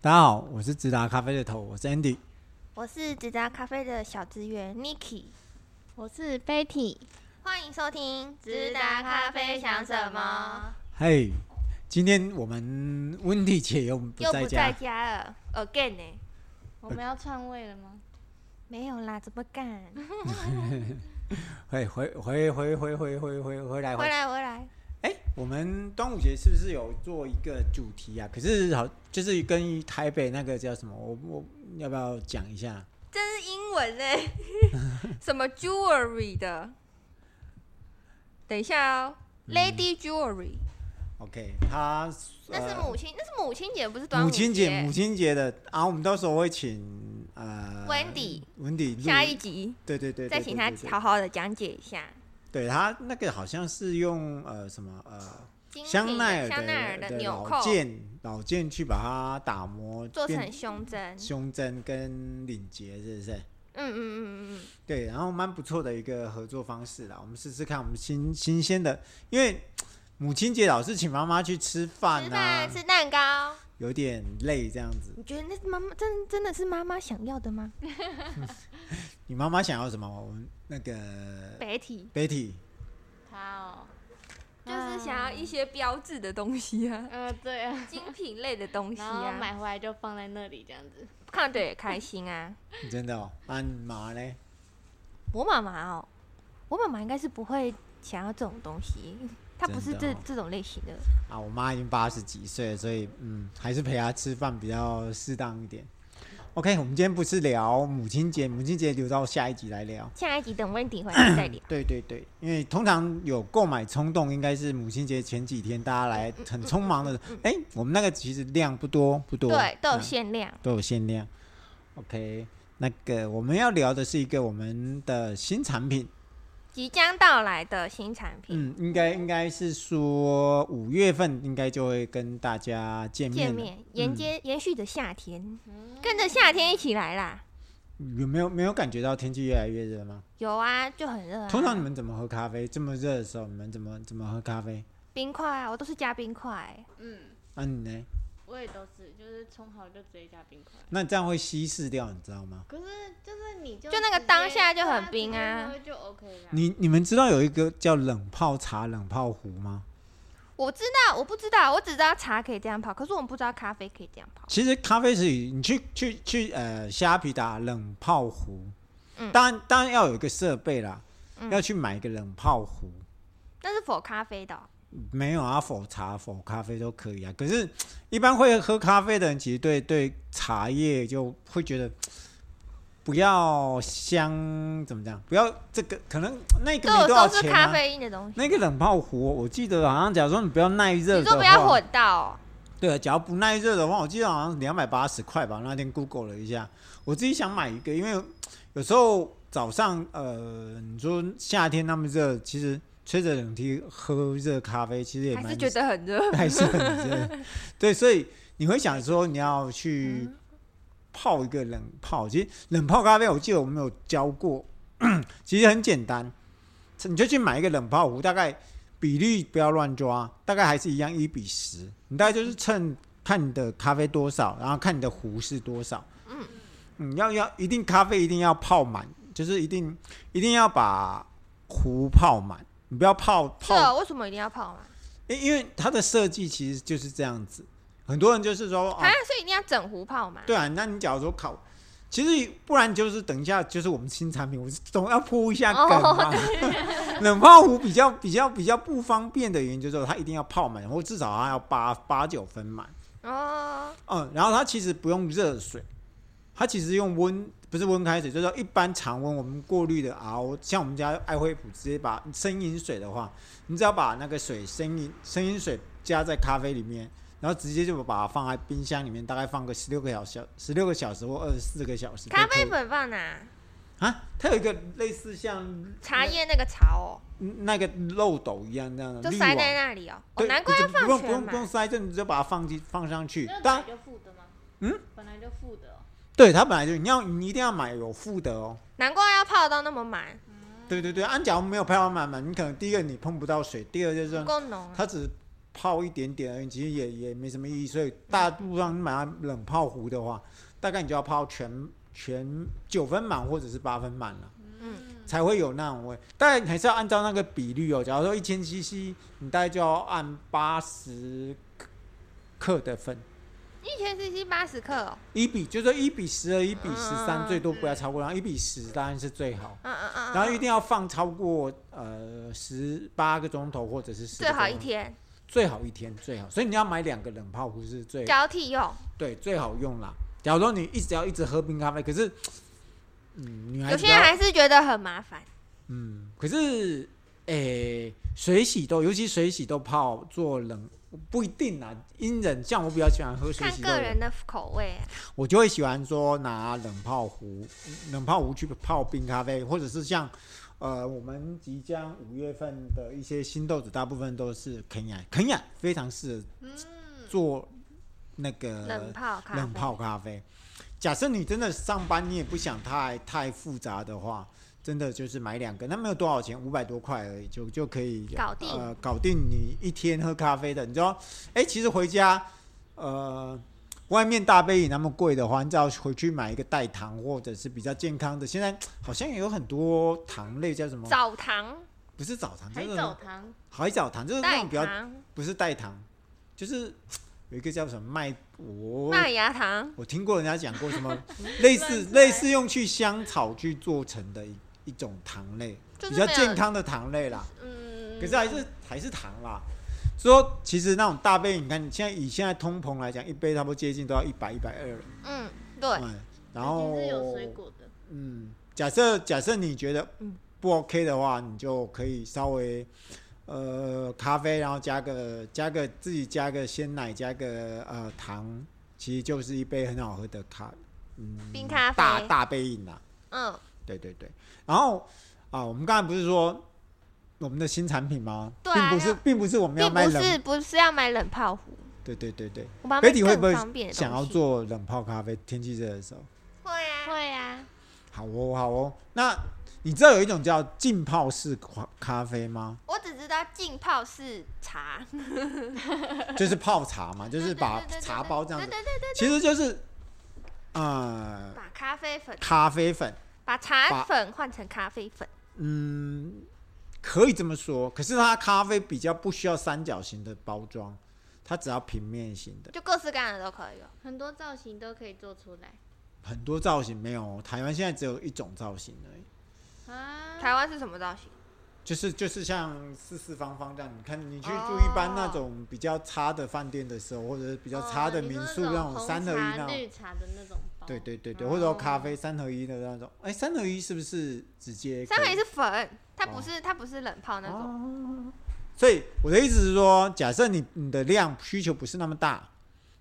大家好，我是直达咖啡的头，我是 Andy。我是直达咖啡的小职员 Niki，我是 Betty，欢迎收听？？嘿，今天我们温蒂姐又不又在不家在，家了，again 呢？我们要篡位了 吗？没有啦，怎么 敢？嘿，回回回回回回回回来回回。来回来，哎、我们端午节是不是有做一个主题啊？可是好，就是跟台北那个叫什么，我我要不要讲一下？这是英文呢， 什么 jewelry 的？等一下哦，Lady 嗯 Jewelry， OK，他呃那是母亲，那是母亲节，不是端午母亲节，母节。亲节的啊，我们到时候会请呃 Wendy 温迪录下一集对对对，对再请他对对好好的讲解一下。对他那个好像是用呃什么呃精香品奈的香奈儿儿的的纽老扣件老件去把它打磨做变成胸针，胸针跟领结，是不是？嗯嗯嗯嗯嗯，对，然后蛮不错的一个合作方式啦，我们试试看，我们新新鲜的，因为母亲节老是请妈妈去吃饭啊吃饭，吃蛋糕，有点累这样子。你觉得那是妈妈真真的是妈妈想要的吗你妈妈想要什么？我们那个？Betty Betty，他哦，就是想要一些标志的东西啊，呃，对 啊，精品类的东西 然后啊，买回来就放在那里这样子。看着也开心啊。你真的哦，啊，你妈嘞？我妈妈哦，我妈妈应该是不会想要这种东 西，她不是真这、的哦这种类型的。啊，我妈已经八十几岁了，所以嗯，还是陪她吃饭比较适当一点。OK，我们今天不是聊母亲节，母亲节留到下一集来聊。。下一集等 Wendy 回来再聊对对对，因为通常有购买冲动，应该是母亲节前几天大家来很匆忙的。哎、我们那个其实量不多不多，对，都有嗯限量。都有限量。OK，那个我们要聊的是一个我们的新产品，即将到来的新产品，嗯，应该应该是说五月份应该就会跟大家见面见了面沿嗯接、延续着夏天，嗯，跟着夏天一起来啦。有没有没有感觉到天气越来越热吗？有啊，就很热、啊。通常你们怎么喝咖啡？这么热的时候，你们怎么怎么喝咖啡？冰块啊，我都是加冰块。嗯，啊，你呢？我也都是，就是冲好就直接加冰块。那你这样会稀释掉，你知道吗？可是就是你就就那个直接当下就很冰啊，对直接喝就 OK 啦。你你们知道有一个叫冷泡茶、冷泡壶吗？我知道，我不知道，我只知道茶可以这样泡，可是我们不知道咖啡可以这样泡。其实咖啡是你去去去呃虾皮打冷泡壶，嗯当然当然要有一个设备啦，嗯要去买一个冷泡壶。那是否咖啡的哦、没有啊，否茶、否咖啡都可以啊。可是，一般会喝咖啡的人，其实对对茶叶就会觉得不要香，怎么讲？不要这个，可能那个对没我多少都是钱咖啊。啡因的东西。那个冷泡壶，我记得好像，假如说你不要耐热你的话，说不要混到、哦，对，假如不耐热的话，我记得好像两百八十块吧。那天 Google 了一下，我自己想买一个，因为有时候早上，呃，你说夏天那么热，其实吹着冷气喝热咖啡，其实也还蛮是觉得很热。还是很热。对，所以你会想说你要去泡一个冷泡，其实冷泡咖啡我记得我们有教过，其实很简单，你就去买一个冷泡壶，大概比例不要乱抓，大概还是一样一比十，你大概就是称看你的咖啡多少，然后看你的壶是多少，嗯，要要一定咖啡一定要泡满，就是一定一定要把壶泡满，你不要泡是泡哦，为什么一定要泡嘛？因因为它的设计其实就是这样子，很多人就是说啊啊，，所以一定要整壶泡嘛？对啊，那你假如说考，其实不然就是等一下就是我们新产品，我是总要铺一下梗 嘛。冷泡壶比较比较比较不方便的原因就是它一定要泡满，或至少它要八八九分满。哦，嗯，然后它其实不用热水，它其实用温不是温开水，就是说一般常温我们过滤的 RO，像我们家爱惠普直接把生饮水的话，你只要把那个水生饮生饮水加在咖啡里面，然后直接就把它放在冰箱里面，大概放个十六个小时，十六个小时或二十四个小时都可以。咖啡粉放哪？啊，它有一个类似像茶叶那个槽哦，那个漏斗一样这样的就滤塞网。在那里哦。哦，对难怪要不用放不全用不用满。塞，就你就把它放进放上去。那当本来就负的吗？嗯，本来就负的哦。对它本来就你要你一定要买有附的哦。难怪要泡到那么满，对对对，按、假如没有拍到满满，你可能第一个你碰不到水，第二就是不说够浓啊。它只泡一点点而已，其实也也没什么意义。所以大路上买冷泡壶的话，大概你就要泡全全九分满或者是八分满了。嗯，才会有那种味。当然你还是要按照那个比率哦。假如说一千 CC，你大概就要按八十克的份，一千 CC 八十克哦，一比就是说一比十二、一比十三，嗯最多不要超过，然后一比十当然是最好。嗯嗯嗯，嗯然后一定要放超过呃十八个钟头或者是十最好一，天最好一天最好。所以你要买两个冷泡壶是最交替用，对最好用啦。假如说你一直要一直喝冰咖啡，可是嗯女孩有子些人要还是觉得很麻烦。嗯，可是诶、水洗豆，尤其水洗豆泡做冷不一定啦，因人。像我比较喜欢喝水看洗豆个的，人的口味、啊，我就会喜欢说拿冷泡壶、冷泡壶去泡冰咖啡，或者是像呃，我们即将五月份的一些新豆子，大部分都是肯亚，肯亚非常适合嗯，做那个冷泡咖啡，呃冷泡咖啡。假设你真的上班，你也不想太太复杂的话，真的就是买两个，那没有多少钱，五百多块而已，就就可以搞定呃，搞定你一天喝咖啡的。你知道，哎、其实回家，呃，外面大杯饮那么贵的话，你只要回去买一个代糖或者是比较健康的，现在好像也有很多糖类叫什么？澡堂、不是早糖，海叫什藻么？糖，海藻糖，就是那代种比较糖、不是代糖，就是有一个叫什么麦，哦我麦芽糖，我听过人家讲过 什么 类似类似用去香草去做成的一一种糖类，就比是较没有健康的糖类啦。嗯，可是还是还是糖啦。说其实那种大杯，你看你现在以现在通膨来讲，一杯差不多接近都要一百一百二了。嗯，对，嗯，然后已经是有水果的，嗯，假设假设你觉得嗯不 OK 的话，你就可以稍微呃咖啡，然后加个加个自己加个鲜奶，加个呃糖，其实就是一杯很好喝的咖嗯冰咖啡大大杯饮啦、嗯，对对对。然后啊、我们刚才不是说我们的新产品吗？对啊并不是要并不是我们要并卖不冷，是不是要买冷泡壶，对对对对。我们要贝买蒂会不更方便会的想要东西？做冷泡咖啡？天气热的时候。会啊，会啊，好哦，好哦。那你知道有一种叫浸泡式咖咖啡 吗？我只知道浸泡式茶，就是泡茶嘛，就就是把茶包这样子，对对对，其实就是呃把咖啡粉，咖啡粉，把把茶粉换成咖啡粉，嗯，可以这么说。可是它咖啡比较不需要三角形的包装，它只要平面型的，就各式各样的都可以哦。很多造型都可以做出来很多造型没有哦。台湾现在只有一种造型而已。嗯啊，台湾是什么造型？就是就是像四四方方这样，你看你去住哦一般那种比较差的饭店的时候，或者是比比较差的民宿那种三合一那种，绿茶的那种包，对对对对，哦或者说咖啡三合一的那种。哎，三合一是不是直接可以？上海是粉，它哦不是它不是冷泡那种，哦。所以我的意思是说，假设你你的量需求不是那么大，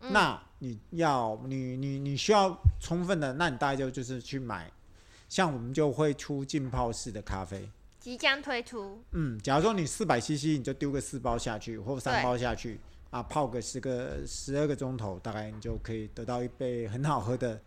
嗯那你要你你你需要充分的，那你大概就就是去买，像我们就会出浸泡式的咖啡。即将推出，嗯，假如说你四百 CC，你就丢个四包下去或三对包下去啊，泡个十个十二个钟头，大概你就可以得到一杯很好喝的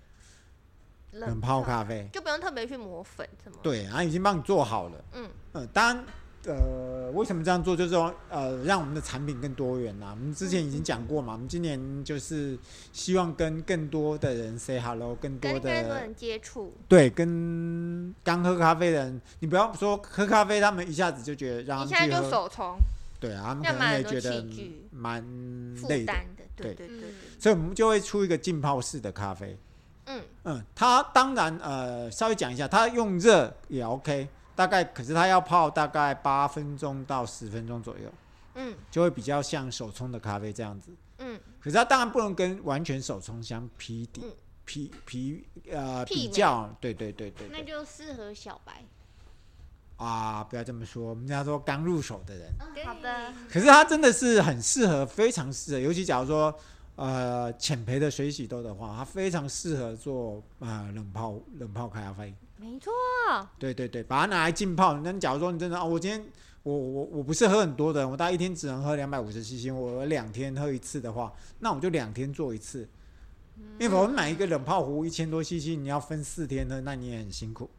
冷泡咖啡。就不用特别去磨粉什么。对，啊，已经帮你做好了。嗯呃，当然，呃，为什么这样做？就是说，呃，让我们的产品更多元啊啦、我们之前已经讲过嘛，我们今年就是希望跟更多的人 say hello，更多跟的更多人接触，对，跟刚喝咖啡的人，你不要说喝咖啡，他们一下子就觉得让一他下们去就喝，手冲对啊，他们要可买能也很多觉得器具蛮嗯负累的，担的，对对对嗯对对，所以我们就会出一个浸泡式的咖啡。嗯，嗯，它当然呃，稍微讲一下，它用热也 OK，大概可是它要泡大概八分钟到十分钟左右，嗯就会比较像手冲的咖啡这样子。嗯，可是它当然不能跟完全手冲相匹敌嗯，匹匹呃媲比美较，对对对对那对就适合小白。啊，不要这么说，我们家说刚入手的人，嗯好的，可是它真的是很适合，非常适合，尤其假如说。呃，浅焙的水洗豆的话，它非常适合做啊、呃冷泡冷泡咖啡。没错，对对对，把它拿来浸泡。那你假如说你真的啊、我今天我我我不是喝很多的人，我大概一天只能喝两百五十 CC，我两天喝一次的话，那我就两天做一次。嗯因为我买一个冷泡壶一千多 CC，你要分四天喝，那你也很辛苦，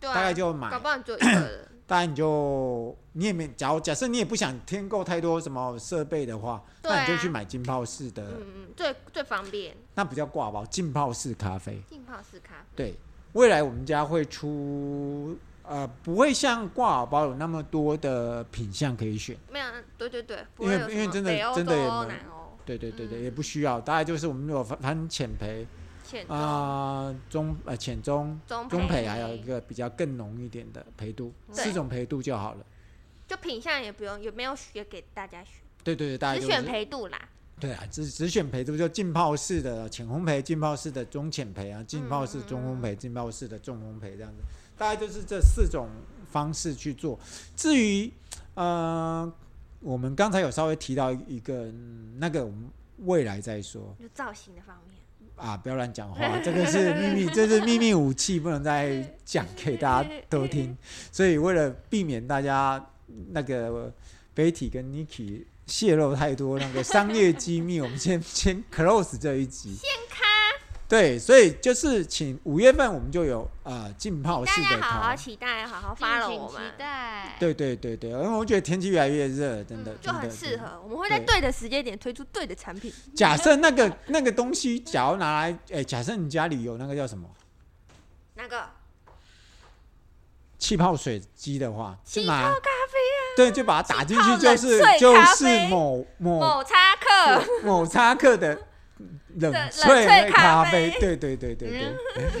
对大概啊，就搞买 不好你只有一个人当然你就你也没，假如假设你也不想添购太多什么设备的话，那你对啊就去买浸泡式的，嗯嗯，最最方便，那比较挂包，浸泡式咖啡。浸泡式咖啡。对，未来我们家会出，呃，不会像挂耳包有那么多的品相可以选。没有，对对对，不因会为有因为什么真的北欧、真的东也欧、没南欧、对对对对，嗯也不需要，大概就是我们有反反正浅培浅棕、啊、中呃浅中、中中培，培，还有一个比较更浓一点的培度，对四种培度就好了。就品相也不用，也没有学给大家选，对对对，大概只就选是培度啦。对啊，只只选培度就浸泡式的浅烘焙、浸泡式的中浅培啊、浸泡式中烘焙、浸泡式的重烘焙这样子，大概就是这四种方式去做。至于呃，我们刚才有稍微提到一个、嗯那个，我们未来再说就造型的方面，啊，不要乱讲话，这个是秘 密，这是秘密武器，不能再讲给大家都听。所以为了避免大家那个 Betty 跟 Niki 泄露太多那个商业机密，我们先先 close 这一集。先开。对，所以就是请五月份我们就有呃浸泡大式的家好咖好啡。期待，好好敬 follow 请我们期，待。对对对对，因为我觉得天气越来越热，真的、嗯就真的很真适的合。我们会在对对的时间点推出对的产品，假设那个那个东西，假如拿来，哎、假设你家里有那个叫什么？那个气泡水机的话，就气泡拿咖啡对，就把它打进去，气泡就冷是萃就咖是啡某某某插客，某插客 的冷冷萃萃类咖啡，啡对对对对对嗯，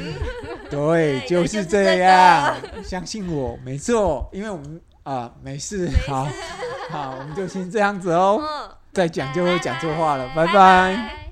对，对就就是是这这样，相信我，没错，因为我们啊没事，好好，我们就先这样子哦，嗯，再讲就会讲错话了，拜拜拜。拜